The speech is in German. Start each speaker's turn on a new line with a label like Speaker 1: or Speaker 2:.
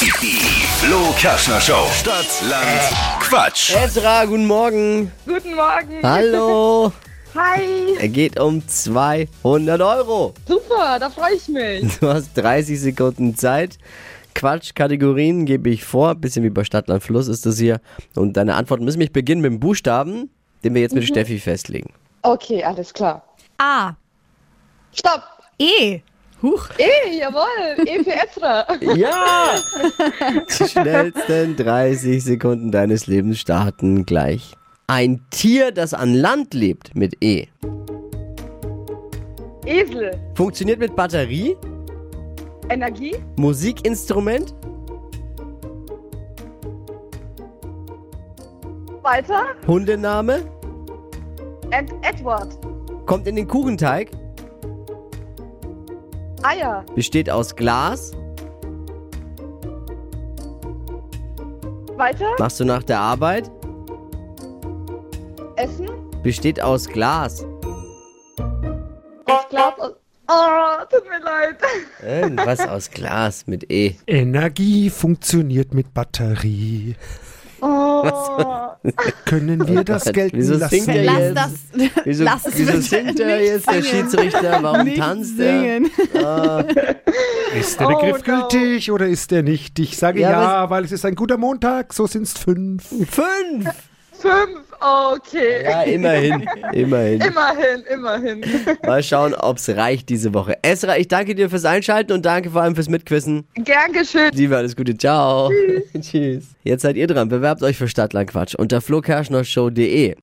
Speaker 1: Die Flo Kerschner Show. Stadt, Land, Quatsch.
Speaker 2: Ezra, guten Morgen.
Speaker 3: Guten Morgen.
Speaker 2: Hallo.
Speaker 3: Hi.
Speaker 2: Er geht um 200 Euro.
Speaker 3: Super, da freue ich mich.
Speaker 2: Du hast 30 Sekunden Zeit. Quatschkategorien gebe ich vor. Bisschen wie bei Stadtland Fluss ist das hier. Und deine Antworten müssen mich beginnen mit dem Buchstaben, den wir jetzt mit Steffi festlegen.
Speaker 3: Okay, alles klar.
Speaker 4: A.
Speaker 3: Stopp.
Speaker 4: E. Huch.
Speaker 3: E, jawohl. E für Ezra.
Speaker 2: Ja! Die schnellsten 30 Sekunden deines Lebens starten gleich. Ein Tier, das an Land lebt mit E.
Speaker 3: Esel.
Speaker 2: Funktioniert mit Batterie,
Speaker 3: Energie.
Speaker 2: Musikinstrument,
Speaker 3: Weiter.
Speaker 2: Hundename,
Speaker 3: And Edward.
Speaker 2: kommt in den Kuchenteig,
Speaker 3: Eier.
Speaker 2: besteht aus Glas,
Speaker 3: Weiter.
Speaker 2: machst du nach der Arbeit,
Speaker 3: Essen.
Speaker 2: besteht aus Glas.
Speaker 3: Das Glas. aus- Oh, tut mir leid.
Speaker 2: Irgendwas Äh, aus Glas mit E.
Speaker 5: Energie funktioniert mit Batterie.
Speaker 3: Oh.
Speaker 5: Können wir das
Speaker 2: Gott,
Speaker 5: gelten
Speaker 2: wieso
Speaker 5: lassen?
Speaker 2: singt er
Speaker 4: Lass
Speaker 2: jetzt?
Speaker 4: das.
Speaker 2: Wieso,
Speaker 4: lass es
Speaker 2: wieso
Speaker 4: bitte
Speaker 2: singt er
Speaker 4: nicht
Speaker 2: jetzt, der
Speaker 4: singen.
Speaker 2: Schiedsrichter? Warum
Speaker 4: Nicht
Speaker 2: tanzt er?
Speaker 4: singen.
Speaker 5: Ist der Begriff
Speaker 3: Oh, no.
Speaker 5: gültig oder ist er nicht? Ich sage
Speaker 2: Ja,
Speaker 5: ja,
Speaker 2: aber
Speaker 5: weil es ist ein guter Montag, so sind es fünf.
Speaker 2: Fünf!
Speaker 3: Fünf. Okay.
Speaker 2: Ja, immerhin, immerhin.
Speaker 3: Immerhin, immerhin.
Speaker 2: Mal schauen, ob es reicht diese Woche. Esra, ich danke dir fürs Einschalten und danke vor allem fürs Mitquissen.
Speaker 3: Gern geschehen.
Speaker 2: Liebe, alles Gute, ciao. Tschüss. Jetzt seid ihr dran. Bewerbt euch für Stadtlandquatsch unter flokerschnershow.de.